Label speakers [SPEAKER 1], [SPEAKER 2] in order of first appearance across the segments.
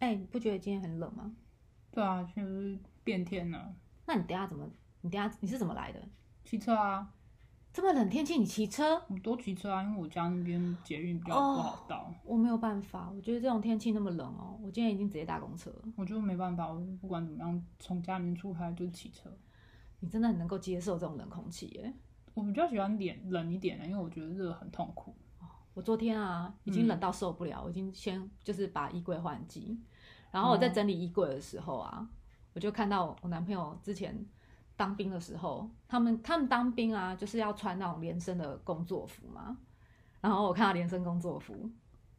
[SPEAKER 1] 哎、你不觉得今天很冷吗？
[SPEAKER 2] 对啊，现在不是变天了，
[SPEAKER 1] 那你等一下怎么？你等一下你是怎么来的？
[SPEAKER 2] 骑车啊，
[SPEAKER 1] 这么冷天气你骑车？
[SPEAKER 2] 我都骑车啊，因为我家那边捷运比较
[SPEAKER 1] 哦
[SPEAKER 2] 不好到，
[SPEAKER 1] 我没有办法，我觉得这种天气那么冷哦，我今天已经直接搭公车了。
[SPEAKER 2] 我就没办法，我就不管怎么样，从家里面出来就骑车。
[SPEAKER 1] 你真的很能够接受这种冷空气耶！
[SPEAKER 2] 我比较喜欢脸冷一点的，因为我觉得热很痛苦。
[SPEAKER 1] 我昨天啊，已经冷到受不了，我已经先就是把衣柜换季，然后我在
[SPEAKER 2] 哦
[SPEAKER 1] 整理衣柜的时候啊，我就看到我男朋友之前当兵的时候，他们他们当兵啊，就是要穿那种连身的工作服嘛。然后我看到连身工作服，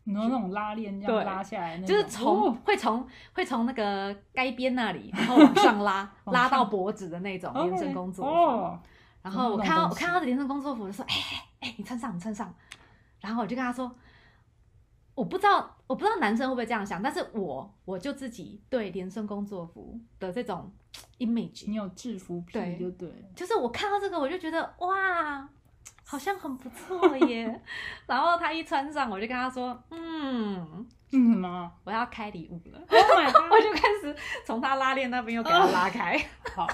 [SPEAKER 2] 你说那种拉链这
[SPEAKER 1] 对
[SPEAKER 2] 样拉下来那种，
[SPEAKER 1] 就是从、
[SPEAKER 2] 哦
[SPEAKER 1] 会从会从那个该边那里，然后往上拉，
[SPEAKER 2] 往上
[SPEAKER 1] 拉到脖子的那种连身
[SPEAKER 2] OK，
[SPEAKER 1] 工作服。
[SPEAKER 2] 哦，
[SPEAKER 1] 然后我看
[SPEAKER 2] 怎
[SPEAKER 1] 到我
[SPEAKER 2] 么那么东西
[SPEAKER 1] 看到连身工作服，我就说：“哎哎哎，你穿上，你穿上。”然后我就跟他说：“我不知道，我不知道男生会不会这样想，但是我我就自己对连身工作服的这种 image，
[SPEAKER 2] 你有制服癖
[SPEAKER 1] 对
[SPEAKER 2] 就对了。
[SPEAKER 1] 就是我看到这个我就觉得哇，好像很不错耶。 然后他一穿上，我就跟他说：嗯，
[SPEAKER 2] 嗯什么
[SPEAKER 1] 我要开礼物了。
[SPEAKER 2] ？Oh my
[SPEAKER 1] 我
[SPEAKER 2] god！
[SPEAKER 1] 就开始从他拉链那边又给他拉开。
[SPEAKER 2] 好，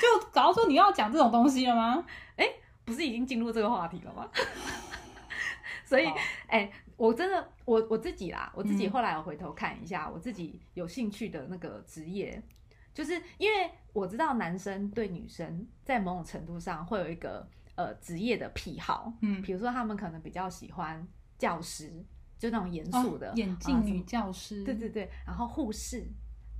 [SPEAKER 2] 就早说你要讲这种东西了吗？
[SPEAKER 1] 不是已经进入这个话题了 吗？ 所以
[SPEAKER 2] 好，
[SPEAKER 1] 哎、我真的，我我自己啦，我自己
[SPEAKER 2] 嗯
[SPEAKER 1] 后来我回头看一下，我自己有兴趣的那个职业，就是因为我知道男生对女生在某种程度上会有一个呃职业的癖好，
[SPEAKER 2] 嗯，
[SPEAKER 1] 比如说他们可能比较喜欢教师，就那种严
[SPEAKER 2] 哦
[SPEAKER 1] 肃的、
[SPEAKER 2] 眼
[SPEAKER 1] 啊
[SPEAKER 2] 镜
[SPEAKER 1] 什
[SPEAKER 2] 女
[SPEAKER 1] 么
[SPEAKER 2] 教师，
[SPEAKER 1] 对对对，然后护士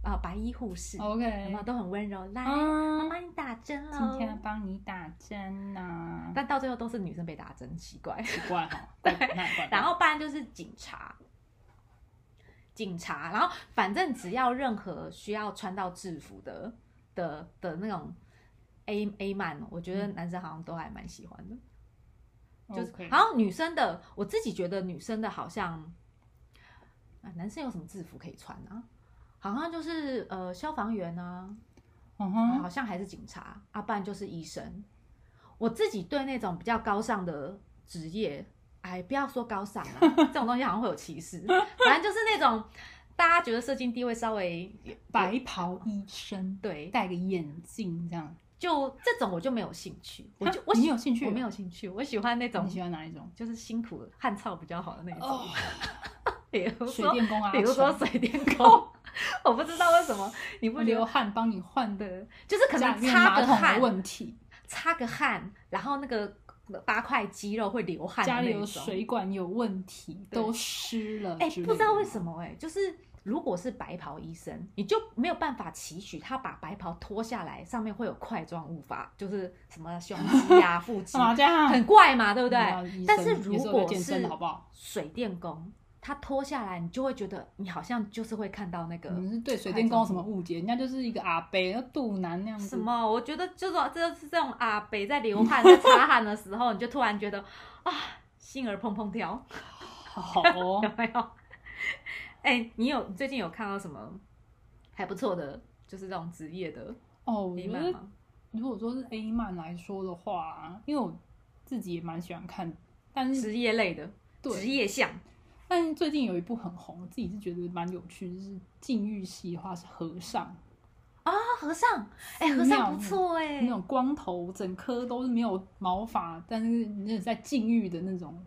[SPEAKER 1] 啊、白衣护士，
[SPEAKER 2] 哦
[SPEAKER 1] 有没有
[SPEAKER 2] ，OK，
[SPEAKER 1] 都很温柔，来，妈
[SPEAKER 2] 哎啊，
[SPEAKER 1] 妈你打针
[SPEAKER 2] 今
[SPEAKER 1] 哦，
[SPEAKER 2] 天要帮你打针呐，
[SPEAKER 1] 但到最后都是女生被打针，奇怪。
[SPEAKER 2] 奇怪 哈，怪怪怪怪
[SPEAKER 1] 然后不然就是警察，警察，然后反正只要任何需要穿到制服的的的那种 A A man，我觉得男生好像都还蛮喜欢的。就是
[SPEAKER 2] 嗯 OK
[SPEAKER 1] 好像女生的，我自己觉得女生的好像啊，男生有什么制服可以穿啊？好像就是呃消防员啊，
[SPEAKER 2] 嗯哼
[SPEAKER 1] 好像还是警察啊，不然就是医生。我自己对那种比较高尚的职业，哎，不要说高 尚啦，这种东西好像会有歧视。反正就是那种大家觉得社经地位稍微
[SPEAKER 2] 白袍医生，
[SPEAKER 1] 对，
[SPEAKER 2] 戴个眼镜这样。
[SPEAKER 1] 就这种我就没有兴趣。我就
[SPEAKER 2] 哈
[SPEAKER 1] 我
[SPEAKER 2] 啊你
[SPEAKER 1] 喜
[SPEAKER 2] 有兴趣？
[SPEAKER 1] 我没有。兴趣，我喜欢那种
[SPEAKER 2] 你喜欢哪一种？
[SPEAKER 1] 就是辛苦汗臭比较好的那种，
[SPEAKER 2] 哦，
[SPEAKER 1] 比如
[SPEAKER 2] 水
[SPEAKER 1] 说
[SPEAKER 2] 电工啊，
[SPEAKER 1] 比如说
[SPEAKER 2] 床
[SPEAKER 1] 水电工， 我不知道为什么你不觉
[SPEAKER 2] 流
[SPEAKER 1] 得。
[SPEAKER 2] 汗帮你换的，
[SPEAKER 1] 对，就是可
[SPEAKER 2] 家
[SPEAKER 1] 能
[SPEAKER 2] 里面
[SPEAKER 1] 擦
[SPEAKER 2] 马
[SPEAKER 1] 个
[SPEAKER 2] 桶
[SPEAKER 1] 汗
[SPEAKER 2] 的，问题，
[SPEAKER 1] 擦个汗，然后那个八块肌肉会流汗的
[SPEAKER 2] 家
[SPEAKER 1] 那
[SPEAKER 2] 里
[SPEAKER 1] 种，
[SPEAKER 2] 有水管有问题，
[SPEAKER 1] 对
[SPEAKER 2] 都湿了。
[SPEAKER 1] 哎、不知道为
[SPEAKER 2] 么。
[SPEAKER 1] 什么哎、就是如果是白袍医生，你就没有办法期许他把白袍脱下来，上面会有块状物发，就是什么胸肌 啊、腹肌，
[SPEAKER 2] 干嘛这 样？
[SPEAKER 1] 很怪嘛，对不对
[SPEAKER 2] 你啊要医生？
[SPEAKER 1] 但是
[SPEAKER 2] 也
[SPEAKER 1] 如
[SPEAKER 2] 是有在
[SPEAKER 1] 果
[SPEAKER 2] 健身
[SPEAKER 1] 是
[SPEAKER 2] 的好不好？
[SPEAKER 1] 水电工，他脱下来，你就会觉得你好像就是会看到那个
[SPEAKER 2] 你们是对水电工有什么误解？人家就是一个阿伯，要肚腩那样子。
[SPEAKER 1] 什么？我觉得就是这就是这种啊，北在流汗、在擦汗的时候，你就突然觉得啊，心儿砰砰跳。
[SPEAKER 2] 好哦
[SPEAKER 1] 有没有？哎、你有你最近有看到什么还不错的，就是这种职业的
[SPEAKER 2] 哦， 我
[SPEAKER 1] 黑
[SPEAKER 2] 觉
[SPEAKER 1] 漫
[SPEAKER 2] 得
[SPEAKER 1] 吗？
[SPEAKER 2] 如果说是 A 漫来说的话，因为我自己也蛮喜欢看，但是
[SPEAKER 1] 职业类的，职
[SPEAKER 2] 对，
[SPEAKER 1] 业项
[SPEAKER 2] 但是最近有一部很红，我自己是觉得蛮有趣，就是禁欲系的话是和尚，
[SPEAKER 1] 啊，和尚，哎、和
[SPEAKER 2] 寺庙
[SPEAKER 1] 尚不错哎、
[SPEAKER 2] 那种光头，整颗都是没有毛发，但是那在禁欲的那种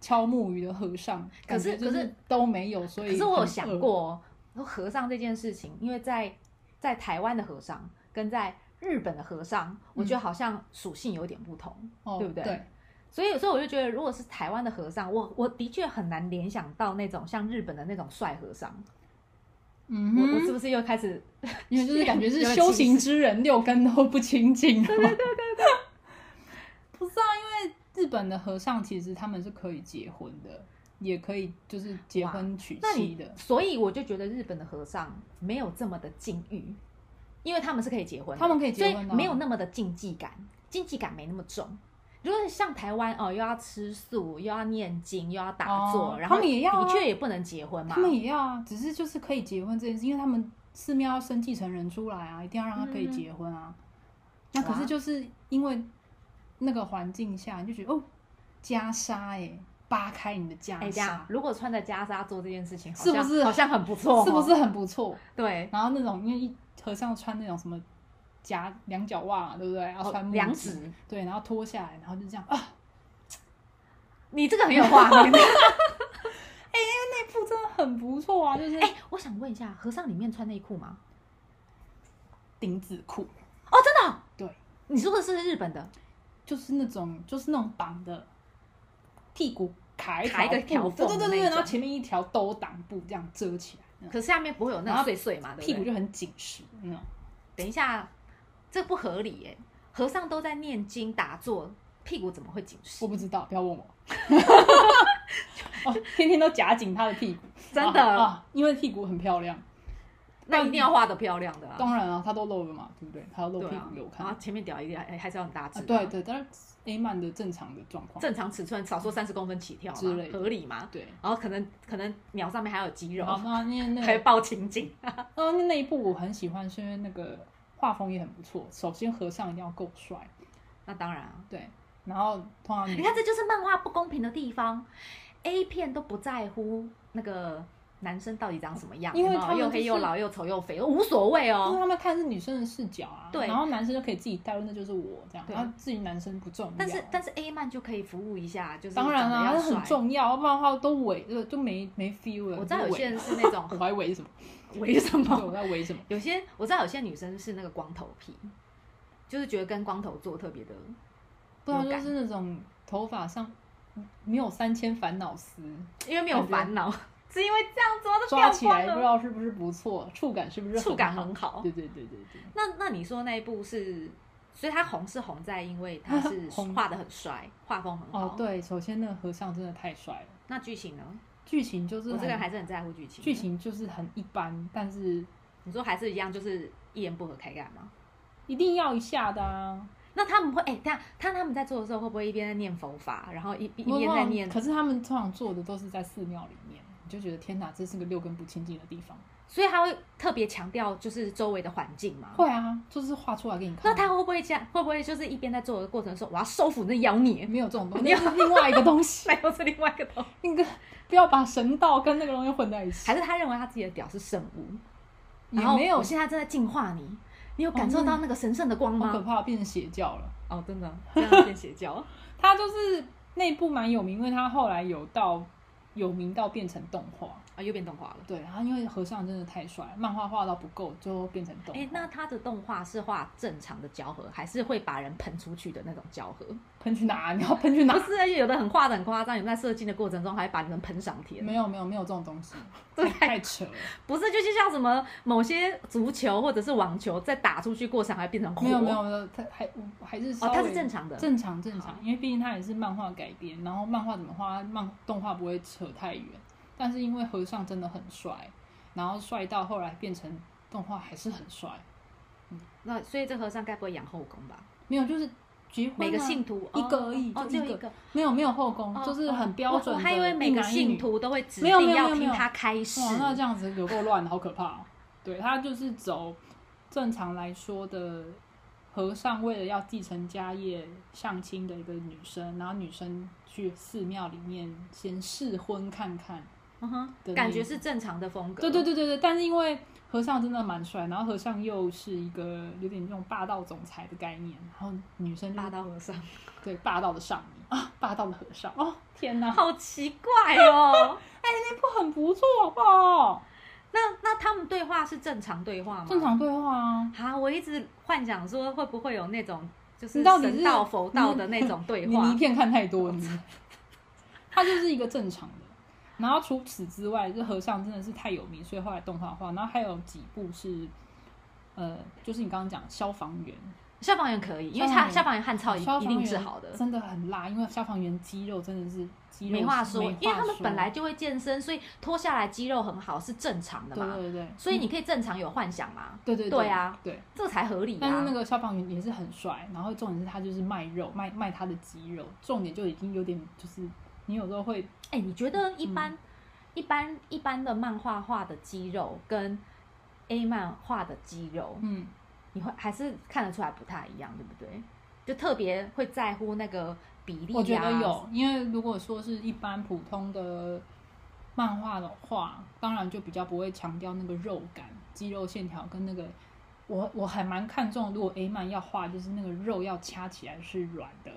[SPEAKER 2] 敲木鱼的和尚，
[SPEAKER 1] 可是
[SPEAKER 2] 感觉就
[SPEAKER 1] 可
[SPEAKER 2] 是
[SPEAKER 1] 是
[SPEAKER 2] 都没有，所以
[SPEAKER 1] 可是我有
[SPEAKER 2] 很
[SPEAKER 1] 想
[SPEAKER 2] 恶，
[SPEAKER 1] 过哦，说和尚这件事情，因为在在台湾的和尚跟在日本的和尚，我觉得好像属性有点不同，
[SPEAKER 2] 哦、
[SPEAKER 1] 对不对
[SPEAKER 2] 对，
[SPEAKER 1] 所以所以我就觉得，如果是台湾的和尚，我我的确很难联想到那种像日本的那种帅和尚，
[SPEAKER 2] 嗯
[SPEAKER 1] 我我
[SPEAKER 2] 哼
[SPEAKER 1] 是不是又开始
[SPEAKER 2] 因为就是感觉
[SPEAKER 1] 有
[SPEAKER 2] 是
[SPEAKER 1] 点
[SPEAKER 2] 修
[SPEAKER 1] 歧
[SPEAKER 2] 行
[SPEAKER 1] 视
[SPEAKER 2] 之人六根都不清净啊的嘛。对对对对对， 不是啊，因为日本的和尚其实他们是可以结婚的，也可以就是结婚娶
[SPEAKER 1] 那
[SPEAKER 2] 妻
[SPEAKER 1] 你
[SPEAKER 2] 的，
[SPEAKER 1] 所以我就觉得日本的和尚没有这么的禁欲，因为他们是可以结婚的，
[SPEAKER 2] 他们可以结婚
[SPEAKER 1] 所
[SPEAKER 2] 的啊
[SPEAKER 1] 以没有那么的禁忌感，禁忌感没那么重。如果像台湾哦，又要吃素，又要念经，又要打坐，
[SPEAKER 2] 哦
[SPEAKER 1] 然后
[SPEAKER 2] 他们也要啊
[SPEAKER 1] 的确也不能结婚嘛
[SPEAKER 2] 他。们也要啊，只是就是可以结婚这件事，因为他们寺庙要生继承人出来啊，一定要让他可以结婚啊。那可
[SPEAKER 1] 哇
[SPEAKER 2] 是就是因为那个环境下，你就觉得哦，袈裟哎、扒开你的袈
[SPEAKER 1] 哎，这
[SPEAKER 2] 裟
[SPEAKER 1] 样，如果穿着袈裟做这件事情，好
[SPEAKER 2] 是不
[SPEAKER 1] 像
[SPEAKER 2] 啊是
[SPEAKER 1] 好像很不错、哦
[SPEAKER 2] 是不？是很不错？
[SPEAKER 1] 对，
[SPEAKER 2] 然后那种因为一和尚穿那种什么夹两脚袜嘛，对不对？然后穿木
[SPEAKER 1] 两
[SPEAKER 2] 屐
[SPEAKER 1] 指，
[SPEAKER 2] 对，然后脱下来，然后就这样啊，
[SPEAKER 1] 你这个很有画面。
[SPEAKER 2] 内裤真的很不错啊，就是
[SPEAKER 1] 哎、我想问一下，和尚里面穿内裤吗？
[SPEAKER 2] 丁字裤，
[SPEAKER 1] 哦，真的哦、
[SPEAKER 2] 对，
[SPEAKER 1] 你说的是日本的，
[SPEAKER 2] 就是那种就是那种绑的屁股卡一
[SPEAKER 1] 卡一个条
[SPEAKER 2] 布对对
[SPEAKER 1] 缝
[SPEAKER 2] 对
[SPEAKER 1] 的
[SPEAKER 2] 对，
[SPEAKER 1] 那
[SPEAKER 2] 然后
[SPEAKER 1] 种
[SPEAKER 2] 前面一条兜挡布这样遮起来，那种
[SPEAKER 1] 可是下面不会有那
[SPEAKER 2] 然
[SPEAKER 1] 种
[SPEAKER 2] 后
[SPEAKER 1] 碎碎嘛？对不对
[SPEAKER 2] 屁股就很紧实那种。
[SPEAKER 1] 等一下，这不合理耶！和尚都在念经打坐，屁股怎么会紧
[SPEAKER 2] 我
[SPEAKER 1] 实？
[SPEAKER 2] 不知道，不要问 我。哦，天天都夹紧他的屁股，
[SPEAKER 1] 真的
[SPEAKER 2] 啊啊因为屁股很漂亮。
[SPEAKER 1] 哦那一定要画的漂亮的啊，
[SPEAKER 2] 当然啊，他都露了嘛，对不对？他要露
[SPEAKER 1] 对
[SPEAKER 2] 屁
[SPEAKER 1] 啊
[SPEAKER 2] 股给我，看。
[SPEAKER 1] 然后前面屌一点，还还是要很大只、
[SPEAKER 2] 啊，对，对，但是 A 曼的正常的状况，
[SPEAKER 1] 正常尺寸少说三十公分起跳嘛
[SPEAKER 2] 之类的
[SPEAKER 1] 合理吗？
[SPEAKER 2] 对。
[SPEAKER 1] 然后可能可能鸟上面还有肌肉，
[SPEAKER 2] 好，那那那
[SPEAKER 1] 还有抱情景。
[SPEAKER 2] 那那一部我很喜欢，是因为那个画风也很不错。首先和尚一定要够帅，
[SPEAKER 1] 那当然啊，
[SPEAKER 2] 对，然后通常
[SPEAKER 1] 你看这就是漫画不公平的地方，A 片都不在乎那个男生到底长什么样，
[SPEAKER 2] 因为
[SPEAKER 1] 有没有
[SPEAKER 2] 他们
[SPEAKER 1] 又黑
[SPEAKER 2] 就是
[SPEAKER 1] 又老又丑又肥无所谓
[SPEAKER 2] 因为
[SPEAKER 1] 哦。
[SPEAKER 2] 他们看是女生的视角啊，
[SPEAKER 1] 对
[SPEAKER 2] 然后男生就可以自己带入，那就是我这样，
[SPEAKER 1] 对
[SPEAKER 2] 然后至于男生不重要，
[SPEAKER 1] 但是但是 A 漫就可以服务一下，就是
[SPEAKER 2] 啊当然
[SPEAKER 1] 长得
[SPEAKER 2] 啊，
[SPEAKER 1] 要
[SPEAKER 2] 那很
[SPEAKER 1] 帅
[SPEAKER 2] 重要，要不然的话都伪呃就就没没 feel 了。
[SPEAKER 1] 我知道有些
[SPEAKER 2] 伪
[SPEAKER 1] 人是那种
[SPEAKER 2] 我还伪什么？
[SPEAKER 1] 为什
[SPEAKER 2] 对， 我
[SPEAKER 1] 么？
[SPEAKER 2] 在伪什么？
[SPEAKER 1] 有些我知道有些女生是那个光头皮，就是觉得跟光头做特别的，
[SPEAKER 2] 不然
[SPEAKER 1] 有
[SPEAKER 2] 就
[SPEAKER 1] 感
[SPEAKER 2] 是那种头发上没有三千烦恼丝，
[SPEAKER 1] 因为没有烦恼， 是因为这样子吗都
[SPEAKER 2] 抓
[SPEAKER 1] 掉
[SPEAKER 2] 起来不
[SPEAKER 1] 光
[SPEAKER 2] 知
[SPEAKER 1] 了，
[SPEAKER 2] 道是不是不错，触感是不是
[SPEAKER 1] 触感
[SPEAKER 2] 好
[SPEAKER 1] 很好
[SPEAKER 2] 对对对对对。
[SPEAKER 1] 那那你说那一部是，所以他红是红在，因为他是
[SPEAKER 2] 红
[SPEAKER 1] 画的很帅，画风很好。
[SPEAKER 2] 哦，。对，首先那个和尚真的太帅了，
[SPEAKER 1] 那剧情呢？
[SPEAKER 2] 剧情就是
[SPEAKER 1] 我这个人
[SPEAKER 2] 很
[SPEAKER 1] 还是很在乎剧情。
[SPEAKER 2] 剧，情就是很一般，但是
[SPEAKER 1] 你说还是一样，就是一言不合开干嘛？
[SPEAKER 2] 一定要一下的啊。
[SPEAKER 1] 那他们会哎，等一下他他们在做的时候，会不会一边在念佛法，然后一一边在念？
[SPEAKER 2] 可是他们通常做的都是在寺庙里面，你就觉得天哪，这是个六根不清净的地方。
[SPEAKER 1] 所以他会特别强调就是周围的环境嘛。
[SPEAKER 2] 会啊，就是画出来给你看
[SPEAKER 1] 那
[SPEAKER 2] 啊。
[SPEAKER 1] 他会不会这样？会不会就是一边在做的过程说我要收服你那妖孽？
[SPEAKER 2] 没有这种东西，那是另外一个东西。
[SPEAKER 1] 没有，是另外一个头。
[SPEAKER 2] 那个不要把神道跟那个东西混在一起
[SPEAKER 1] 还，是他认为他自己的屌是圣物？
[SPEAKER 2] 也
[SPEAKER 1] 然后
[SPEAKER 2] 没有哦
[SPEAKER 1] 我现在正在净化你，你有感受到那个神圣的光
[SPEAKER 2] 好可
[SPEAKER 1] 吗？
[SPEAKER 2] 怕，变成邪教了。
[SPEAKER 1] 哦，真
[SPEAKER 2] 啊
[SPEAKER 1] 的，这样变邪 教。
[SPEAKER 2] 他就是那部蛮有名，因为他后来有到有名到变成动画。
[SPEAKER 1] 啊，又变动画了。
[SPEAKER 2] 对，然后因为和尚真的太帅，漫画画到不够，就变成动画。
[SPEAKER 1] 哎、那他的动画是画正常的胶合，还是会把人喷出去的那种胶 合？
[SPEAKER 2] 喷去哪？你要 喷去哪
[SPEAKER 1] 不？是，有的很画的很夸张，有的在射精的过程中还把人喷上天。
[SPEAKER 2] 没有没有没有这种东西，
[SPEAKER 1] 对
[SPEAKER 2] 太太扯了。
[SPEAKER 1] 不是，就是像什么某些足球或者是网球，在打出去过程还变成火。
[SPEAKER 2] 没有没有没有，他还我还是稍
[SPEAKER 1] 哦，
[SPEAKER 2] 微
[SPEAKER 1] 它是正常的。
[SPEAKER 2] 正常正常，因为毕竟它也是漫画改编，然后漫画怎么画，漫动画不会扯太远。但是因为和尚真的很帅，然后帅到后来变成动画还是很帅，
[SPEAKER 1] 那所以这和尚该不会养后宫吧？
[SPEAKER 2] 没有就是结婚、啊、
[SPEAKER 1] 每个信徒
[SPEAKER 2] 一个而已，
[SPEAKER 1] 哦，哦只
[SPEAKER 2] 就
[SPEAKER 1] 有一个，
[SPEAKER 2] 没有没有后宫，
[SPEAKER 1] 哦
[SPEAKER 2] 就是很标准
[SPEAKER 1] 我
[SPEAKER 2] 的
[SPEAKER 1] 我
[SPEAKER 2] 一
[SPEAKER 1] 还
[SPEAKER 2] 男一
[SPEAKER 1] 以为每
[SPEAKER 2] 女。
[SPEAKER 1] 个信徒都会指
[SPEAKER 2] 没有没
[SPEAKER 1] 定
[SPEAKER 2] 有没
[SPEAKER 1] 要
[SPEAKER 2] 有
[SPEAKER 1] 听他开示。
[SPEAKER 2] 哇，那这样子有够乱的，好可怕、哦。对他就是走正常来说的和尚，为了要继承家业相亲的一个女生，然后女生去寺庙里面先试婚看看。
[SPEAKER 1] 嗯
[SPEAKER 2] 的
[SPEAKER 1] 哼，
[SPEAKER 2] 那
[SPEAKER 1] 感
[SPEAKER 2] 一
[SPEAKER 1] 觉
[SPEAKER 2] 种
[SPEAKER 1] 是正常的风格。
[SPEAKER 2] 对对对对对，但是因为和尚真的蛮帅，然后和尚又是一个有点那种霸道总裁的概念，然后女生就
[SPEAKER 1] 霸
[SPEAKER 2] 是
[SPEAKER 1] 道和尚，
[SPEAKER 2] 对霸道的上瘾啊，霸道的和尚哦，天 哪，
[SPEAKER 1] 好奇怪哦。
[SPEAKER 2] 那部很不错，好不好？
[SPEAKER 1] 那那他们对话是正常对话吗？
[SPEAKER 2] 正。常对话啊。
[SPEAKER 1] 啊，我一直幻想说会不会有那种就是
[SPEAKER 2] 你到底是
[SPEAKER 1] 神道佛道的那种对
[SPEAKER 2] 你
[SPEAKER 1] 话
[SPEAKER 2] 你一？片看太多，你 他就是一个正常的。然后除此之外，这和尚真的是太有名，所以后来动画化。然后还有几部是，呃，就是你刚刚讲消防员，
[SPEAKER 1] 消防员可以，因为
[SPEAKER 2] 消
[SPEAKER 1] 他
[SPEAKER 2] 防员
[SPEAKER 1] 消防员汗臭一
[SPEAKER 2] 消防
[SPEAKER 1] 一定
[SPEAKER 2] 员
[SPEAKER 1] 是好的，
[SPEAKER 2] 真的很辣，因为消防员肌肉真的是肌肉
[SPEAKER 1] 没话说，因为他们
[SPEAKER 2] 说
[SPEAKER 1] 本来就会健身，所以脱下来肌肉很好是正常的
[SPEAKER 2] 对
[SPEAKER 1] 嘛。
[SPEAKER 2] 对对，
[SPEAKER 1] 所以你可以正常有幻想嘛，
[SPEAKER 2] 对对
[SPEAKER 1] 对啊，
[SPEAKER 2] 对。
[SPEAKER 1] 这才合理
[SPEAKER 2] 但是
[SPEAKER 1] 啊
[SPEAKER 2] 那。个消防员也是很帅，然后重点是他就是卖肉，卖卖他的肌肉，重点就已经有点就是你有时候会
[SPEAKER 1] 哎，你觉得一
[SPEAKER 2] 嗯
[SPEAKER 1] 般一般一般的漫画画的肌肉跟 A 漫画的肌肉，
[SPEAKER 2] 嗯
[SPEAKER 1] 你会还是看得出来不太一样，对不对？就特别会在乎那个比例、啊。
[SPEAKER 2] 我觉得有，因为如果说是一般普通的漫画的话，当然就比较不会强调那个肉感、肌肉线条跟那个。我我还蛮看重，如果 A 漫要画，就是那个肉要掐起来是软的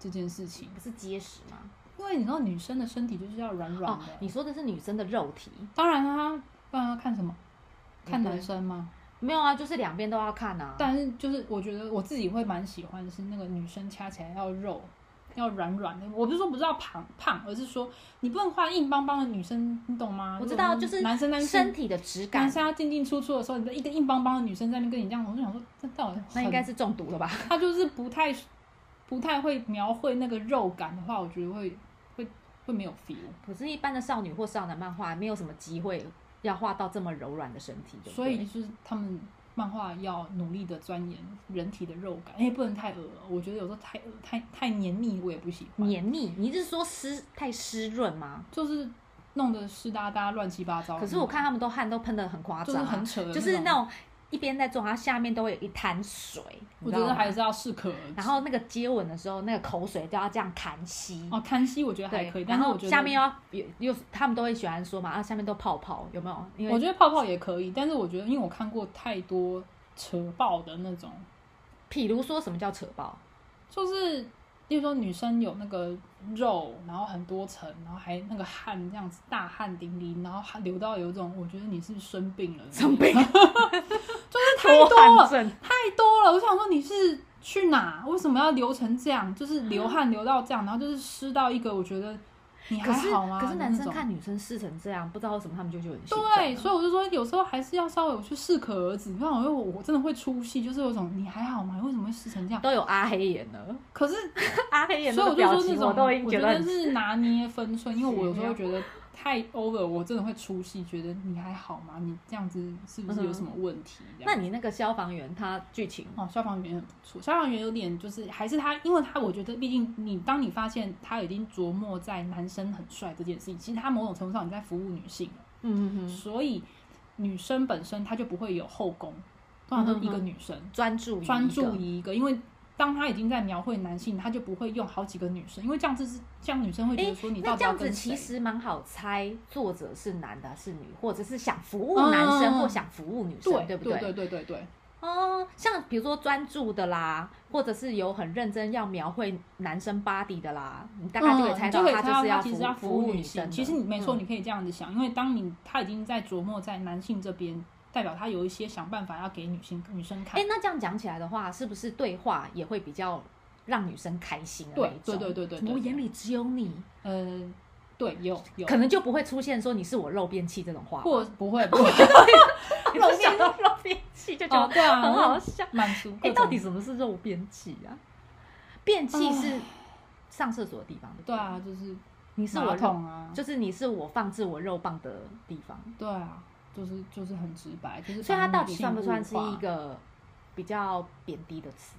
[SPEAKER 2] 这件事情，
[SPEAKER 1] 不是结实吗？
[SPEAKER 2] 因为你知道女生的身体就是要软软
[SPEAKER 1] 哦
[SPEAKER 2] 的。，
[SPEAKER 1] 你说的是女生的肉体，
[SPEAKER 2] 当然啊，不然要看什么？
[SPEAKER 1] 嗯
[SPEAKER 2] 看
[SPEAKER 1] 对
[SPEAKER 2] 男生吗？
[SPEAKER 1] 没有啊，就是两边都要看啊。
[SPEAKER 2] 但是就是我觉得我自己会蛮喜欢的是那个女生掐起来要肉，要软软的。我不是说不是要胖胖，而是说你不能画硬邦邦的女生，你懂吗？
[SPEAKER 1] 我知道，
[SPEAKER 2] 如
[SPEAKER 1] 就
[SPEAKER 2] 果
[SPEAKER 1] 是
[SPEAKER 2] 男生男
[SPEAKER 1] 身
[SPEAKER 2] 生
[SPEAKER 1] 体的质
[SPEAKER 2] 男
[SPEAKER 1] 感，
[SPEAKER 2] 生要进进出出的时候，你的一个硬邦邦的女生在那边跟你这样，我就想说这到底
[SPEAKER 1] 那应
[SPEAKER 2] 很
[SPEAKER 1] 该是中毒了吧？
[SPEAKER 2] 他就是不太不太会描绘那个肉感的话，我觉得会会会没有 feel。
[SPEAKER 1] 可是，一般的少女或少男漫画没有什么机会要画到这么柔软的身体，对不对
[SPEAKER 2] 所以就是他们漫画要努力的钻研人体的肉感，哎、不能太恶了我觉得有时候太恶太太黏腻，我也不喜欢，
[SPEAKER 1] 黏腻，你是说湿太湿润吗？
[SPEAKER 2] 就是弄得湿哒哒、乱七八糟。
[SPEAKER 1] 可是我看他们都汗都喷得很夸
[SPEAKER 2] 就
[SPEAKER 1] 张
[SPEAKER 2] 是
[SPEAKER 1] 啊、
[SPEAKER 2] 很扯的，
[SPEAKER 1] 就是那
[SPEAKER 2] 那种。
[SPEAKER 1] 种一边在做，它下面都会有一滩水，你
[SPEAKER 2] 我
[SPEAKER 1] 知
[SPEAKER 2] 觉
[SPEAKER 1] 道
[SPEAKER 2] 得
[SPEAKER 1] 吗
[SPEAKER 2] 还是要适可而止。
[SPEAKER 1] 然后那个接吻的时候，那个口水都要这样弹吸。
[SPEAKER 2] 哦，看戏我觉得还
[SPEAKER 1] 对
[SPEAKER 2] 可以，，但
[SPEAKER 1] 然
[SPEAKER 2] 是我
[SPEAKER 1] 后
[SPEAKER 2] 觉得
[SPEAKER 1] 下面又要又又他们都会喜欢说嘛，啊，下面都泡泡，有没有？因为
[SPEAKER 2] 我觉得泡泡也可以，但是我觉得因为我看过太多扯爆的那种
[SPEAKER 1] 譬如说什么叫扯爆，
[SPEAKER 2] 就是，例如说女生有那个肉，然后很多层，然后还那个汗这样子大汗淋漓，然后还流到有一种我觉得你是不是生病了，
[SPEAKER 1] 生病
[SPEAKER 2] 就是 太
[SPEAKER 1] 多
[SPEAKER 2] 多
[SPEAKER 1] 汗
[SPEAKER 2] 了，
[SPEAKER 1] 症，
[SPEAKER 2] 太多了。我想说你是去哪？为什么要流成这样？就是
[SPEAKER 1] 嗯
[SPEAKER 2] 流汗流到这样，然后就是湿到一个我觉得你还
[SPEAKER 1] 可是
[SPEAKER 2] 好吗？
[SPEAKER 1] 可是男生
[SPEAKER 2] 那种。
[SPEAKER 1] 看女生湿成这样，不知道为什么他们就觉得很兴奋
[SPEAKER 2] 对，
[SPEAKER 1] 啊
[SPEAKER 2] 所以我就说，哎有时候还是要稍微有去适可而止。不然我又我真的会出戏，就是有一种你还好吗？为什么会 湿成这样？
[SPEAKER 1] 都有阿黑眼了，
[SPEAKER 2] 可是
[SPEAKER 1] 阿黑眼
[SPEAKER 2] 所以
[SPEAKER 1] 那
[SPEAKER 2] 我
[SPEAKER 1] 个
[SPEAKER 2] 就
[SPEAKER 1] 表
[SPEAKER 2] 说那
[SPEAKER 1] 情
[SPEAKER 2] 种，
[SPEAKER 1] 都已经
[SPEAKER 2] 我觉
[SPEAKER 1] 得很
[SPEAKER 2] 是拿捏分寸，因为我有时
[SPEAKER 1] 奇
[SPEAKER 2] 候
[SPEAKER 1] 妙
[SPEAKER 2] 觉得太 over，我真的会出戏，觉得你还好吗？你这样子是不是有什么问题？这样
[SPEAKER 1] 那你那个消防员他剧情
[SPEAKER 2] 哦，消防员很不错，消防员有点就是还是他，因为他我觉得，毕竟你当你发现他已经琢磨在男生很帅这件事情，其实他某种程度上你在服务女性，
[SPEAKER 1] 嗯嗯嗯，
[SPEAKER 2] 所以女生本身她就不会有后宫，通常都是一个
[SPEAKER 1] 嗯哼
[SPEAKER 2] 女生。
[SPEAKER 1] 专注于一
[SPEAKER 2] 专
[SPEAKER 1] 个
[SPEAKER 2] 注于一个，因为当他已经在描绘男性，他就不会用好几个女生，因为这样子是这样，女生会觉得说你
[SPEAKER 1] 那
[SPEAKER 2] 到底
[SPEAKER 1] 这
[SPEAKER 2] 要
[SPEAKER 1] 样子
[SPEAKER 2] 跟
[SPEAKER 1] 其
[SPEAKER 2] 谁？
[SPEAKER 1] 实蛮好猜，作者是男的还是女，或者是想服务
[SPEAKER 2] 嗯
[SPEAKER 1] 男生或想服务女生，
[SPEAKER 2] 对
[SPEAKER 1] 不
[SPEAKER 2] 对对对对对，
[SPEAKER 1] 哦，像比如说专注的啦，或者是有很认真要描绘男生 body 的啦，你大概就可以
[SPEAKER 2] 嗯
[SPEAKER 1] 猜
[SPEAKER 2] 你就
[SPEAKER 1] 到
[SPEAKER 2] 可以
[SPEAKER 1] 他
[SPEAKER 2] 猜
[SPEAKER 1] 就是
[SPEAKER 2] 他
[SPEAKER 1] 要
[SPEAKER 2] 其实
[SPEAKER 1] 服
[SPEAKER 2] 要
[SPEAKER 1] 服
[SPEAKER 2] 务
[SPEAKER 1] 女生
[SPEAKER 2] 性。
[SPEAKER 1] 的。
[SPEAKER 2] 其实你没错，
[SPEAKER 1] 嗯
[SPEAKER 2] 你可以这样子想，因为当你他已经在琢磨在男性这边，代表他有一些想办法要给女性女生看
[SPEAKER 1] 哎、。那这样讲起来的话，是不是对话也会比较让女生开心的那
[SPEAKER 2] 对
[SPEAKER 1] 一
[SPEAKER 2] 对
[SPEAKER 1] 种？
[SPEAKER 2] 对对对对
[SPEAKER 1] 我
[SPEAKER 2] 对
[SPEAKER 1] 眼里只有你，
[SPEAKER 2] 呃，对，有有，
[SPEAKER 1] 可能就不会出现说你是我肉便器这种话吧。
[SPEAKER 2] 或不会 不会
[SPEAKER 1] 你不想到肉便器就觉
[SPEAKER 2] 哦
[SPEAKER 1] 得
[SPEAKER 2] 对啊，
[SPEAKER 1] 很好笑。
[SPEAKER 2] 满足
[SPEAKER 1] 哎、
[SPEAKER 2] 各
[SPEAKER 1] 到
[SPEAKER 2] 种
[SPEAKER 1] 底什么是肉便器啊？便器是上厕所的地方，对不
[SPEAKER 2] 对
[SPEAKER 1] 对？
[SPEAKER 2] 啊，就是
[SPEAKER 1] 你是
[SPEAKER 2] 马
[SPEAKER 1] 我肉，
[SPEAKER 2] 桶啊，
[SPEAKER 1] 就是你是我放置我肉棒的地方，
[SPEAKER 2] 对啊，就是就是很直白，就是
[SPEAKER 1] 所以它
[SPEAKER 2] 把
[SPEAKER 1] 到底
[SPEAKER 2] 女性
[SPEAKER 1] 算不算
[SPEAKER 2] 物
[SPEAKER 1] 是
[SPEAKER 2] 化
[SPEAKER 1] 一个比较贬低的词？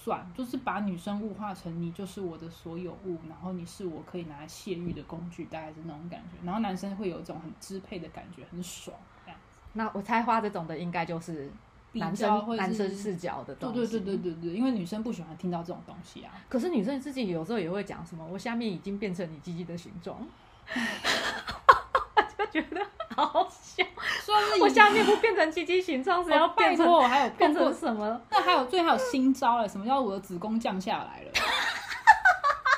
[SPEAKER 2] 算，就是把女生物化成你就是我的所有物，然后你是我可以拿来泄欲的工具，大概是那种感觉。然后男生会有一种很支配的感觉，很爽这样。
[SPEAKER 1] 那我猜花这种的应该就是
[SPEAKER 2] 比
[SPEAKER 1] 男
[SPEAKER 2] 较
[SPEAKER 1] 生
[SPEAKER 2] 会
[SPEAKER 1] 男生
[SPEAKER 2] 是
[SPEAKER 1] 视角的
[SPEAKER 2] 对
[SPEAKER 1] 东西。
[SPEAKER 2] 对对对。对对，因为女生不喜欢听到这种东 西啊。
[SPEAKER 1] 可是女生自己有时候也会讲什么，我下面已经变成你鸡鸡的形 状，就觉得好笑。
[SPEAKER 2] 虽然是
[SPEAKER 1] 我
[SPEAKER 2] 以
[SPEAKER 1] 下面不变成鸡鸡形状，是要
[SPEAKER 2] 哦
[SPEAKER 1] 变
[SPEAKER 2] 拜托
[SPEAKER 1] 成
[SPEAKER 2] 我还有
[SPEAKER 1] 变
[SPEAKER 2] 碰
[SPEAKER 1] 成
[SPEAKER 2] 过，
[SPEAKER 1] 什么？
[SPEAKER 2] 那还有最还有新招嘞，什么叫我的子宫降下来了？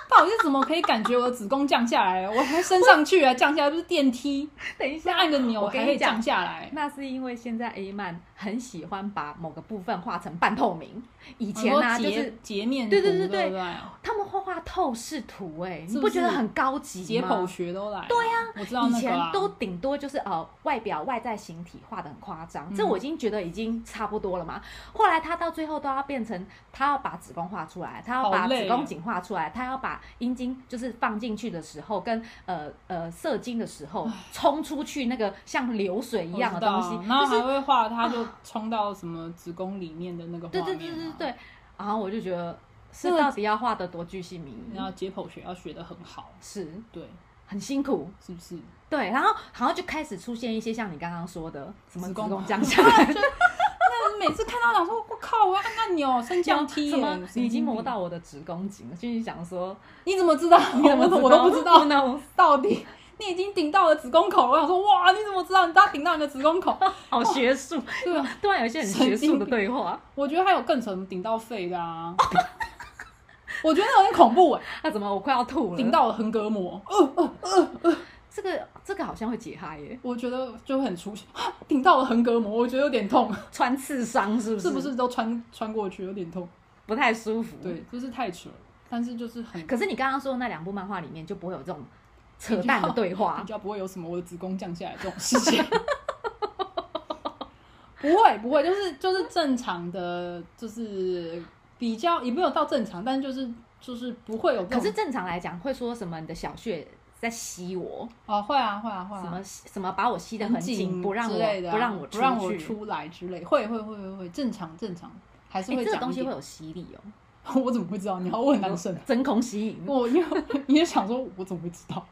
[SPEAKER 2] 到底是怎么可以感觉我的子宫降下来了？我还升上去啊，降下来不是电梯，
[SPEAKER 1] 等一下
[SPEAKER 2] 是，按个钮
[SPEAKER 1] 我跟
[SPEAKER 2] 还
[SPEAKER 1] 你
[SPEAKER 2] 可以
[SPEAKER 1] 讲
[SPEAKER 2] 降下来。
[SPEAKER 1] 那是因为现在 A 漫很喜欢把某个部分画成半透明，以
[SPEAKER 2] 以
[SPEAKER 1] 前啊就
[SPEAKER 2] 截
[SPEAKER 1] 是
[SPEAKER 2] 截面
[SPEAKER 1] 对
[SPEAKER 2] 图
[SPEAKER 1] 对
[SPEAKER 2] 对
[SPEAKER 1] 对对
[SPEAKER 2] 不对
[SPEAKER 1] 他们会画透视图、哎，
[SPEAKER 2] 是
[SPEAKER 1] 你
[SPEAKER 2] 不
[SPEAKER 1] 不
[SPEAKER 2] 是
[SPEAKER 1] 觉得很高级吗？
[SPEAKER 2] 解剖学都来了。对呀、我知道
[SPEAKER 1] 以
[SPEAKER 2] 那个、
[SPEAKER 1] 前
[SPEAKER 2] 啊、
[SPEAKER 1] 都顶多就是呃外表外在形体画的很夸张，这
[SPEAKER 2] 嗯
[SPEAKER 1] 我已经觉得已经差不多了嘛。后来他到最后都要变成他要把子宫画出来，他
[SPEAKER 2] 好
[SPEAKER 1] 要把
[SPEAKER 2] 累
[SPEAKER 1] 子
[SPEAKER 2] 哦
[SPEAKER 1] 宫颈画出来，他要把阴茎就是放进去的时候跟呃呃射精的时候冲出去那个像流水一样的东西
[SPEAKER 2] 我，知道然后
[SPEAKER 1] 就是
[SPEAKER 2] 还会画，它就冲到什么子宫里面的那个画
[SPEAKER 1] 对
[SPEAKER 2] 面、啊。
[SPEAKER 1] 对对对对，然后我就觉得是
[SPEAKER 2] 那个
[SPEAKER 1] 到底要画的多具细明，
[SPEAKER 2] 然后解剖学要学的很好，
[SPEAKER 1] 是
[SPEAKER 2] 对，
[SPEAKER 1] 很辛苦。
[SPEAKER 2] 是不是？
[SPEAKER 1] 对，然后好像就开始出现一些像你刚刚说的什么
[SPEAKER 2] 子
[SPEAKER 1] 子
[SPEAKER 2] 宫
[SPEAKER 1] 宫降下来，
[SPEAKER 2] 那每次看到想说，我靠，我要按按钮，升降梯
[SPEAKER 1] 什么
[SPEAKER 2] 耶，？
[SPEAKER 1] 你已经磨
[SPEAKER 2] 磨
[SPEAKER 1] 到，我的子宫颈了，就是想 说，
[SPEAKER 2] 你怎么知道？
[SPEAKER 1] 你怎么知道
[SPEAKER 2] 哦 我都不知道
[SPEAKER 1] no，
[SPEAKER 2] 到底。 你已经顶到了子宫口了，我想说，哇，你怎么知道你到顶到你的 子宫口？
[SPEAKER 1] 好学术，
[SPEAKER 2] 对啊，
[SPEAKER 1] 突然有一些很学术的对话，
[SPEAKER 2] 我觉得还有更什么顶到肺的啊， 我觉得那有点恐怖哎、
[SPEAKER 1] 那、怎么我快要吐了？
[SPEAKER 2] 顶到了横膈膜，
[SPEAKER 1] 这个这个好像会解嗨耶，
[SPEAKER 2] 我觉得就很出血， 顶到了横膈膜，我觉得有点痛，
[SPEAKER 1] 穿刺伤是不是？
[SPEAKER 2] 是不是都穿穿过去有点痛？
[SPEAKER 1] 不太舒服？。
[SPEAKER 2] 对，就是太扯了，但是就是很
[SPEAKER 1] 可是你刚刚说的那两部漫画里面就不会有这种扯淡的对话
[SPEAKER 2] 比，较不会有什么我的子宫降下来这种事情。 不会不会，就是就是正常的，就是比较也没有到正常，但就是就是不会有这
[SPEAKER 1] 可
[SPEAKER 2] 种。
[SPEAKER 1] 是正常来讲会说什么你的小穴在吸我，
[SPEAKER 2] 哦，会啊会啊会啊，
[SPEAKER 1] 什么什么把我吸得很紧，不让
[SPEAKER 2] 之
[SPEAKER 1] 我、
[SPEAKER 2] 类的啊、
[SPEAKER 1] 不让我
[SPEAKER 2] 不让我
[SPEAKER 1] 去。
[SPEAKER 2] 出来之类，会会会会会正常正常，还是
[SPEAKER 1] 哎、
[SPEAKER 2] 会
[SPEAKER 1] 这个东
[SPEAKER 2] 讲一
[SPEAKER 1] 西
[SPEAKER 2] 点。
[SPEAKER 1] 会有吸力哦，
[SPEAKER 2] 我怎么会知道？你要问男生，
[SPEAKER 1] 真空吸引，
[SPEAKER 2] 我因为你也想说，我怎么会知道？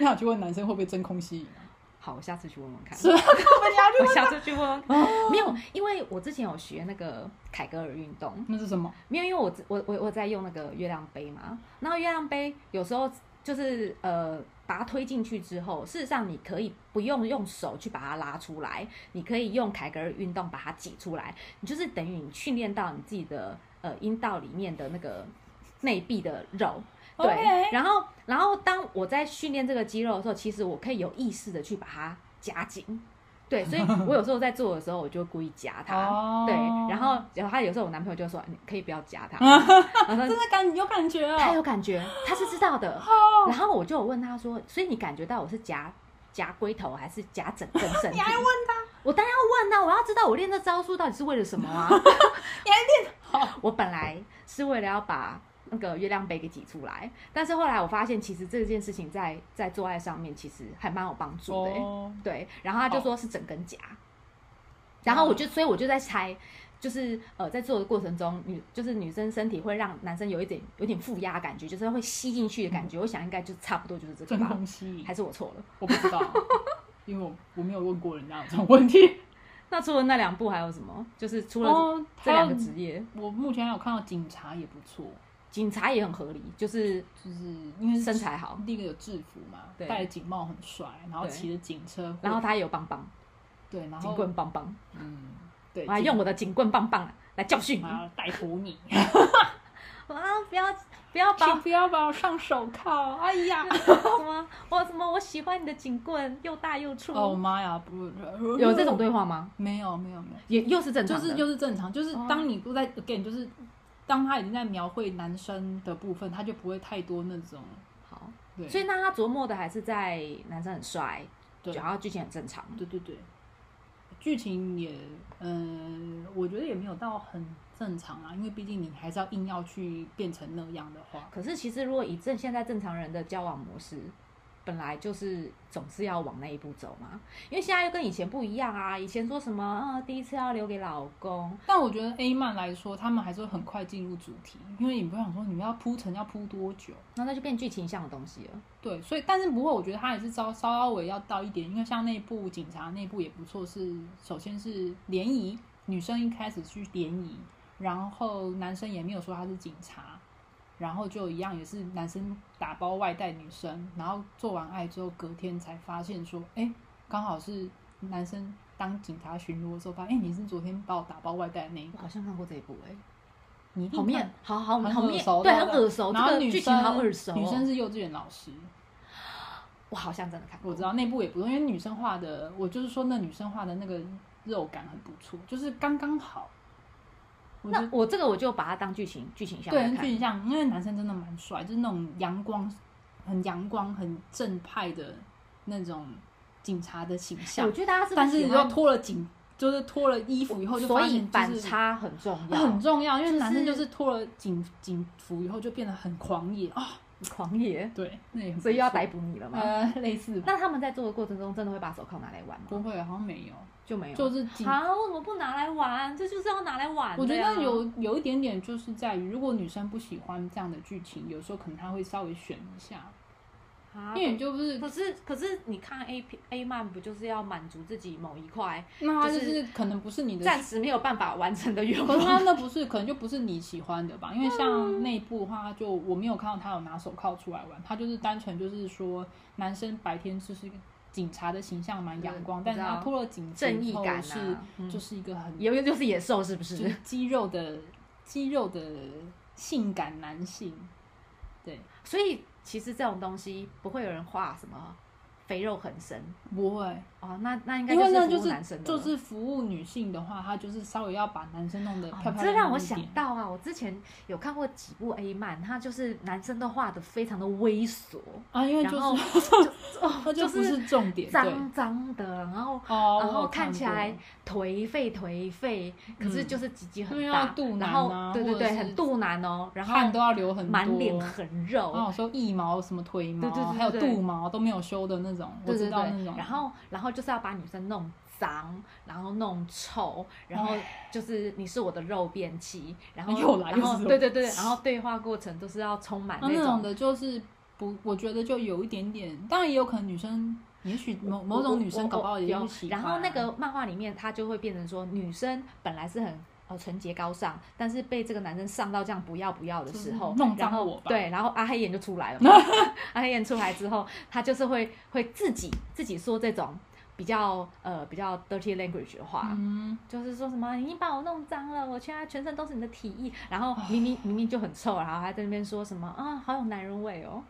[SPEAKER 2] 你想去问男生会不会真空吸引啊？
[SPEAKER 1] 好，我下次去问问看。
[SPEAKER 2] 是啊，根本你要去
[SPEAKER 1] 我
[SPEAKER 2] 问
[SPEAKER 1] 下次去问问看。哦没有，因为我之前有学那个凯格尔运动，
[SPEAKER 2] 那是什么？
[SPEAKER 1] 没有，因为我我我我在用那个月亮杯嘛，然后月亮杯有时候就是呃。把它推进去之后，事实上你可以不用用手去把它拉出来，你可以用凯格尔运动把它挤出来。你就是等于你训练到你自己的呃阴道里面的那个内壁的肉，对。
[SPEAKER 2] OK
[SPEAKER 1] 然后，然后当我在训练这个肌肉的时候，其实我可以有意识的去把它夹紧，对。所以我有时候在做的时候，我就会故意夹它。
[SPEAKER 2] 哦
[SPEAKER 1] 对，然后然后他有时候我男朋友就说你可以不要夹 它，然后
[SPEAKER 2] 真
[SPEAKER 1] 他
[SPEAKER 2] 的感有感觉
[SPEAKER 1] 他
[SPEAKER 2] 哦，
[SPEAKER 1] 有感觉，他是知道的。然后我就有问他说，所以你感觉到我是夹夹龟头还是夹整个身体？
[SPEAKER 2] 你还问他？
[SPEAKER 1] 我当然要问啊呐、我要知道我练这招数到底是为了什么啊？
[SPEAKER 2] 你还练好？
[SPEAKER 1] 我本来是为了要把那个月亮杯给挤出来，但是后来我发现，其实这件事情在在做爱上面其实还蛮有帮助的欸、
[SPEAKER 2] 哦，哦
[SPEAKER 1] 对，然后他就说是整根夹，然后我就所以我就在猜，就是呃在做的过程中，女就是女生身体会让男生有一点有点负压的感觉，就是会吸进去的感觉。我想应该就差不多就是这个
[SPEAKER 2] 嗯真哦
[SPEAKER 1] 吧，
[SPEAKER 2] 空吸引
[SPEAKER 1] 还，是我错了？
[SPEAKER 2] 我不知道，啊因为我我没有问过人家有这种问题。
[SPEAKER 1] 那除了那两部还有什么？就是 除了
[SPEAKER 2] 哦，
[SPEAKER 1] 这
[SPEAKER 2] 还
[SPEAKER 1] 两个
[SPEAKER 2] 有
[SPEAKER 1] 职业，
[SPEAKER 2] 我目前还有看到警察也不错，
[SPEAKER 1] 警察也很合理，就是
[SPEAKER 2] 就是因为
[SPEAKER 1] 身材好，
[SPEAKER 2] 第一个有制服嘛，
[SPEAKER 1] 对
[SPEAKER 2] 戴着警帽很帅，然后
[SPEAKER 1] 对
[SPEAKER 2] 骑着警车，
[SPEAKER 1] 然后他也有棒棒。
[SPEAKER 2] 对，然
[SPEAKER 1] 警
[SPEAKER 2] 后
[SPEAKER 1] 棍棒棒，
[SPEAKER 2] 嗯，哦对，
[SPEAKER 1] 我还用我的警棍棒棒来教训你
[SPEAKER 2] 警
[SPEAKER 1] 啊！
[SPEAKER 2] 啊逮捕你，
[SPEAKER 1] 不要不要把
[SPEAKER 2] 请不要把我上手铐，哎呀，
[SPEAKER 1] 什么我什么我喜欢你的警棍，又大又粗，
[SPEAKER 2] 哦妈呀，不 呃
[SPEAKER 1] 有这种对话吗？
[SPEAKER 2] 没有没有没有，
[SPEAKER 1] 也又是正常
[SPEAKER 2] 就
[SPEAKER 1] 的，
[SPEAKER 2] 是就是正常，就是
[SPEAKER 1] 哦
[SPEAKER 2] 当你不在 again 就是。当他已经在描绘男生的部分，他就不会太多那种
[SPEAKER 1] 好。
[SPEAKER 2] 对，
[SPEAKER 1] 所以那他琢磨的还是在男生很帅，
[SPEAKER 2] 对
[SPEAKER 1] 然后剧情很正常，
[SPEAKER 2] 对对对，剧情也，呃，我觉得也没有到很正常啊，因为毕竟你还是要硬要去变成那样的话，
[SPEAKER 1] 可是其实如果以正现在正常人的交往模式，本来就是总是要往那一步走嘛，因为现在又跟以前不一样啊。以前说什么啊、第一次要留给老公，
[SPEAKER 2] 但我觉得 A 漫来说，他们还是会很快进入主题，因为你不想说你们要铺陈要铺多久，
[SPEAKER 1] 那那就变剧情向的东西了。
[SPEAKER 2] 对，所以但是不过我觉得他也是稍稍微要到一点，因为像那部警察那部也不错，是首先是联谊，女生一开始去联谊，然后男生也没有说他是警察，然后就一样也是男生打包外带女生，然后做完爱之后隔天才发现说，哎，刚好是男生当警察巡逻的时候发现，哎，你是昨天把我打包外带的那一个
[SPEAKER 1] 我，好像看过这一部哎、
[SPEAKER 2] 你一定
[SPEAKER 1] 好面
[SPEAKER 2] 看，
[SPEAKER 1] 好好
[SPEAKER 2] 很
[SPEAKER 1] 好
[SPEAKER 2] 耳
[SPEAKER 1] 面
[SPEAKER 2] 熟，
[SPEAKER 1] 对，
[SPEAKER 2] 的
[SPEAKER 1] 很耳熟，这
[SPEAKER 2] 然后
[SPEAKER 1] 个
[SPEAKER 2] 女
[SPEAKER 1] 剧情
[SPEAKER 2] 生
[SPEAKER 1] 好耳熟哦。
[SPEAKER 2] 女生是幼稚园老师。
[SPEAKER 1] 我好像真的看过，
[SPEAKER 2] 我知道内部也不错，因为女生画的，我就是说那女生画的那个肉感很不错，就是刚刚好。我觉
[SPEAKER 1] 那
[SPEAKER 2] 得
[SPEAKER 1] 我这个我就把它当剧情剧情向来看
[SPEAKER 2] 对，就。很像，因为男生真的蛮帅，就是那种阳光、很阳光、很正派的那种警察的形
[SPEAKER 1] 我
[SPEAKER 2] 象，
[SPEAKER 1] 觉得大家是不
[SPEAKER 2] 但是
[SPEAKER 1] 喜
[SPEAKER 2] 又
[SPEAKER 1] 欢
[SPEAKER 2] 脱了警，就是脱了衣服以后就
[SPEAKER 1] 所
[SPEAKER 2] 发
[SPEAKER 1] 以
[SPEAKER 2] 现就
[SPEAKER 1] 反
[SPEAKER 2] 是。
[SPEAKER 1] 差很重要，
[SPEAKER 2] 很重要，因为
[SPEAKER 1] 就是
[SPEAKER 2] 男生就是脱了警警服以后就变得很狂野啊、
[SPEAKER 1] 狂野，
[SPEAKER 2] 对，那也很不
[SPEAKER 1] 所以又要
[SPEAKER 2] 错
[SPEAKER 1] 逮捕你了嘛。
[SPEAKER 2] 呃类似吧，
[SPEAKER 1] 那他们在做的过程中，真的会把手铐拿来玩吗？
[SPEAKER 2] 不会好像没有，
[SPEAKER 1] 嗯就没有，
[SPEAKER 2] 就是警
[SPEAKER 1] 啊，为什么不拿来玩？这就是要拿来玩的呀。啊
[SPEAKER 2] 我觉得有有一点点就是在于，如果女生不喜欢这样的剧情，有时候可能她会稍微选一下，
[SPEAKER 1] 啊，
[SPEAKER 2] 因为你就不是，
[SPEAKER 1] 可是可是你看 A 片 A 漫不就是要满足自己某一块
[SPEAKER 2] 那他就
[SPEAKER 1] 就是
[SPEAKER 2] 是可能不是你的
[SPEAKER 1] 暂时没有办法完成的愿
[SPEAKER 2] 可是
[SPEAKER 1] 望？
[SPEAKER 2] 他那不是，可能就不是你喜欢的吧？因为
[SPEAKER 1] 嗯
[SPEAKER 2] 像内部的话，就我没有看到他有拿手铐出来玩，他就是单纯就是说，男生白天就是警察的形象蛮阳光，
[SPEAKER 1] 嗯
[SPEAKER 2] 但是
[SPEAKER 1] 我
[SPEAKER 2] 他
[SPEAKER 1] 知道
[SPEAKER 2] 脱了警
[SPEAKER 1] 正义
[SPEAKER 2] 之后
[SPEAKER 1] 感啊
[SPEAKER 2] 是
[SPEAKER 1] 嗯
[SPEAKER 2] 就是一个很
[SPEAKER 1] 也就是野兽是不
[SPEAKER 2] 就是
[SPEAKER 1] 是？
[SPEAKER 2] 肌肉的肌肉的性感男性，对，
[SPEAKER 1] 所以其实这种东西不会有人画什么肥肉很深
[SPEAKER 2] 不会，
[SPEAKER 1] 哦，那那应该
[SPEAKER 2] 因为那
[SPEAKER 1] 服
[SPEAKER 2] 就
[SPEAKER 1] 务男
[SPEAKER 2] 是
[SPEAKER 1] 生的
[SPEAKER 2] 就
[SPEAKER 1] 了
[SPEAKER 2] 是服务女性的话，她就是稍微要把男生弄得
[SPEAKER 1] 哦
[SPEAKER 2] 漂漂亮亮一
[SPEAKER 1] 这
[SPEAKER 2] 点。
[SPEAKER 1] 让我想到啊，我之前有看过几部 A 漫，它就是男生都画的非常的猥琐，
[SPEAKER 2] 啊，因为
[SPEAKER 1] 然
[SPEAKER 2] 就
[SPEAKER 1] 后
[SPEAKER 2] 是
[SPEAKER 1] 哦
[SPEAKER 2] 那就不
[SPEAKER 1] 是
[SPEAKER 2] 是重点，对。
[SPEAKER 1] 脏脏的，然后
[SPEAKER 2] 哦，
[SPEAKER 1] 然
[SPEAKER 2] 我有
[SPEAKER 1] 后看起
[SPEAKER 2] 过嗯
[SPEAKER 1] 来颓废颓废，可是就是鸡鸡很
[SPEAKER 2] 对
[SPEAKER 1] 大，
[SPEAKER 2] 啊肚
[SPEAKER 1] 然
[SPEAKER 2] 腩
[SPEAKER 1] 后
[SPEAKER 2] 啊
[SPEAKER 1] 对对
[SPEAKER 2] 或者
[SPEAKER 1] 对，
[SPEAKER 2] 是
[SPEAKER 1] 很肚腩哦，然后
[SPEAKER 2] 汗都要流很多，
[SPEAKER 1] 满脸很肉，
[SPEAKER 2] 然后有时候腋毛、什么腿毛，
[SPEAKER 1] 对对对
[SPEAKER 2] 还有
[SPEAKER 1] 对
[SPEAKER 2] 肚毛都没有修的那种，
[SPEAKER 1] 对对
[SPEAKER 2] 我知道
[SPEAKER 1] 对
[SPEAKER 2] 那，种。
[SPEAKER 1] 然后然后就是要把女生弄脏，然后弄臭，然后就是你是我的肉便器，然后
[SPEAKER 2] 又来
[SPEAKER 1] 然
[SPEAKER 2] 又
[SPEAKER 1] 后
[SPEAKER 2] 是肉哦
[SPEAKER 1] 对对 对，然后对话过程都是要充满
[SPEAKER 2] 那
[SPEAKER 1] 那
[SPEAKER 2] 那
[SPEAKER 1] 种
[SPEAKER 2] 种的就是不，我觉得就有一点点，当然也有可能女生，也许某某种女生搞不好也
[SPEAKER 1] 有
[SPEAKER 2] 会喜欢。
[SPEAKER 1] 然后那个漫画里面，它就会变成说，女生本来是很呃纯洁高尚，但是被这个男生上到这样不要不要的时候，
[SPEAKER 2] 就是弄脏
[SPEAKER 1] 然后
[SPEAKER 2] 我吧
[SPEAKER 1] 对，然后阿黑眼就出来 了嘛。阿黑眼出来之后，他就是会会自己自己说这种比较呃比较 dirty language 的话。
[SPEAKER 2] 嗯，
[SPEAKER 1] 就是说什么你把我弄脏了，我现在全身都是你的体液，然后
[SPEAKER 2] 啊
[SPEAKER 1] 明明明明就很臭，然后还在那边说什么啊，好有男人味哦，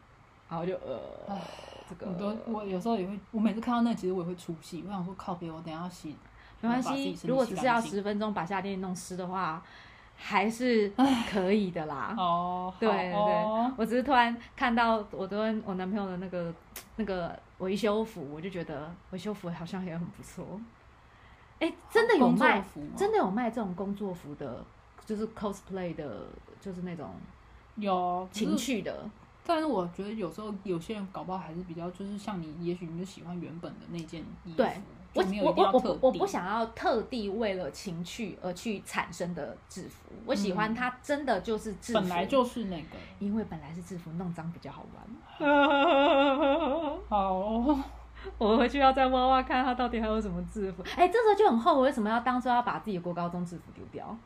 [SPEAKER 1] 然后我就呃
[SPEAKER 2] 唉，
[SPEAKER 1] 这个
[SPEAKER 2] 我都我有时候也会，我每次看到那个，其实我也会出戏。我想说靠别，我等一下要洗，
[SPEAKER 1] 没关
[SPEAKER 2] 把自己身
[SPEAKER 1] 系，
[SPEAKER 2] 体
[SPEAKER 1] 如果
[SPEAKER 2] 洗
[SPEAKER 1] 只
[SPEAKER 2] 干
[SPEAKER 1] 是要
[SPEAKER 2] 净
[SPEAKER 1] 十分钟把下垫弄湿的话，还是可以的啦。
[SPEAKER 2] 哦，
[SPEAKER 1] 啊
[SPEAKER 2] 好
[SPEAKER 1] 对对
[SPEAKER 2] 哦
[SPEAKER 1] 我只是突然看到我昨天我男朋友的那个那个维修服，我就觉得维修服好像也很不错。哎、真的有
[SPEAKER 2] 工作
[SPEAKER 1] 卖，
[SPEAKER 2] 服吗
[SPEAKER 1] 真的有卖这种工作服的，就是 cosplay 的，就是那种
[SPEAKER 2] 有可是
[SPEAKER 1] 情趣的。
[SPEAKER 2] 但是我觉得有时候有些人搞不好还是比较，就是像你，也许你就喜欢原本的那件衣服，
[SPEAKER 1] 对
[SPEAKER 2] 就
[SPEAKER 1] 我
[SPEAKER 2] 没有
[SPEAKER 1] 我
[SPEAKER 2] 一定
[SPEAKER 1] 我
[SPEAKER 2] 要
[SPEAKER 1] 我
[SPEAKER 2] 特
[SPEAKER 1] 不
[SPEAKER 2] 地。
[SPEAKER 1] 我不想要特地为了情趣而去产生的制服，我喜欢
[SPEAKER 2] 嗯
[SPEAKER 1] 它真的就是制服，
[SPEAKER 2] 本来就是那个
[SPEAKER 1] 因为本来是制服弄脏比较好玩。
[SPEAKER 2] 好， 哦
[SPEAKER 1] 我回去要再挖挖看他到底还有什么制服。哎、这时候就很后悔，为什么要当初要把自己的国高中制服丢掉？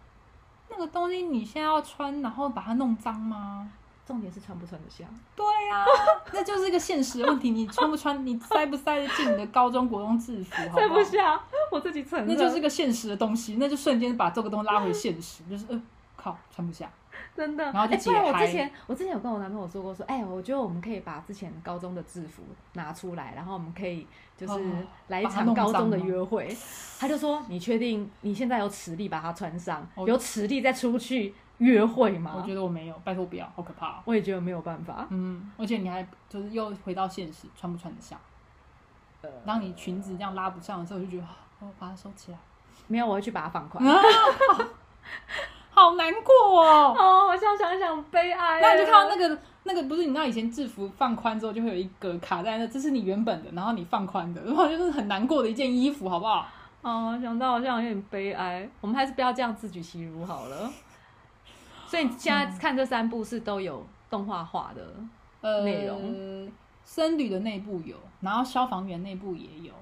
[SPEAKER 2] 那个东西你现在要穿，然后把它弄脏吗？
[SPEAKER 1] 重点是穿不穿得下。
[SPEAKER 2] 对呀、那就是一个现实问题，你穿不穿，你塞不塞得进你的高中国中制服，好不
[SPEAKER 1] 穿不
[SPEAKER 2] 好？
[SPEAKER 1] 下，我自己承认。
[SPEAKER 2] 那就是个现实的东西，那就瞬间把这个东西拉回现实，就是呃，靠，穿不下。
[SPEAKER 1] 真的。
[SPEAKER 2] 然后就
[SPEAKER 1] 哎不然
[SPEAKER 2] 解
[SPEAKER 1] 我
[SPEAKER 2] 嗨
[SPEAKER 1] 之前我之前有跟我男朋友说过说，哎、我觉得我们可以把之前高中的制服拿出来，然后我们可以就是
[SPEAKER 2] 哦
[SPEAKER 1] 来一
[SPEAKER 2] 把它
[SPEAKER 1] 场
[SPEAKER 2] 弄
[SPEAKER 1] 高中
[SPEAKER 2] 脏
[SPEAKER 1] 的
[SPEAKER 2] 吗
[SPEAKER 1] 约会。他就说，你确定你现在有实力把它穿上，
[SPEAKER 2] 我
[SPEAKER 1] 有实力再出去约会吗？
[SPEAKER 2] 我觉得我没有，拜托不要，好可怕、哦。
[SPEAKER 1] 我也觉得没有办法。
[SPEAKER 2] 嗯，而且你还就是又回到现实，穿不穿得下？
[SPEAKER 1] 呃
[SPEAKER 2] 当你裙子这样拉不上的时候，我就觉得啊我把它收 起来，
[SPEAKER 1] 没有，我会去把它放宽。
[SPEAKER 2] 嗯好难过哦。
[SPEAKER 1] 哦，我现在想一想悲哀耶。
[SPEAKER 2] 那你就看到那个那个不是你知道以前制服放宽之后就会有一格卡在那，这是你原本的，然后你放宽的，然 后就是很难过的一件衣服，好不好？
[SPEAKER 1] 哦，想到好像有点悲哀。我们还是不要这样自取其辱好了。所以你现在
[SPEAKER 2] 嗯
[SPEAKER 1] 看这三部是都有动画化的，
[SPEAKER 2] 呃，
[SPEAKER 1] 内容
[SPEAKER 2] 僧侣的内部有，然后消防员内部也有，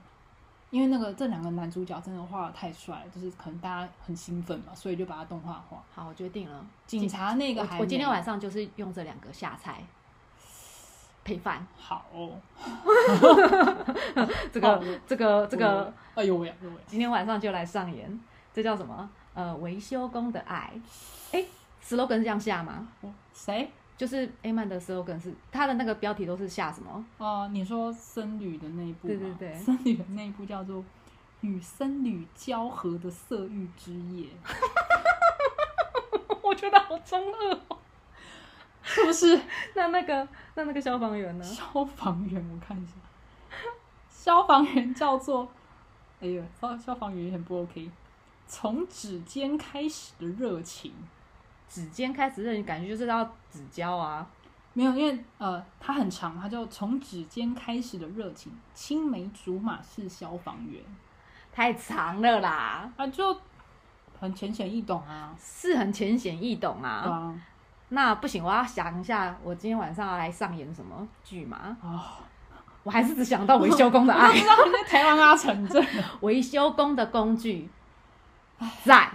[SPEAKER 2] 因为那个这两个男主角真的画的太帅了，就是可能大家很兴奋嘛，所以就把它动画化。
[SPEAKER 1] 好，我决定了。
[SPEAKER 2] 警察那个还
[SPEAKER 1] 我我今天
[SPEAKER 2] 没
[SPEAKER 1] 晚上就是用这两个下菜配 饭。
[SPEAKER 2] 好哦、
[SPEAKER 1] 这个、
[SPEAKER 2] 哦
[SPEAKER 1] 这个这
[SPEAKER 2] 我有
[SPEAKER 1] 个
[SPEAKER 2] 了，，哎呦喂，哎呦喂，
[SPEAKER 1] 今天晚上就来上演，这叫什么？呃，维修工的爱。哎，slogan 是这样下吗？
[SPEAKER 2] 我哦谁？
[SPEAKER 1] 就是 A 曼的 slogan 是他的那个标题都是下什么？
[SPEAKER 2] 哦，你说僧侣的那一部吗？
[SPEAKER 1] 对对对
[SPEAKER 2] 僧侣的那一部叫做《与僧侣交合的色欲之夜》，
[SPEAKER 1] 我觉得好中二哦。
[SPEAKER 2] 是不是？
[SPEAKER 1] 那那个那那个消防员呢？
[SPEAKER 2] 消防员，我看一下，消防员叫做，哎呀，消消防员也很不 OK。从指尖开始的热情，
[SPEAKER 1] 指尖开始认，感觉就是要指交啊。
[SPEAKER 2] 没有，因为呃，它很长，它叫从指尖开始的热情，青梅竹马式消防员
[SPEAKER 1] 太长了啦，
[SPEAKER 2] 啊，就很浅显易懂啊，
[SPEAKER 1] 是很浅显易懂
[SPEAKER 2] 对
[SPEAKER 1] 啊。
[SPEAKER 2] 啊，
[SPEAKER 1] 那不行，我要想一下，我今天晚上要来上演什么剧嘛？
[SPEAKER 2] 啊，
[SPEAKER 1] 我还是只想到维修工的
[SPEAKER 2] 我
[SPEAKER 1] 爱
[SPEAKER 2] 不，知道你在台湾阿城镇，
[SPEAKER 1] 维修工的工具，赞。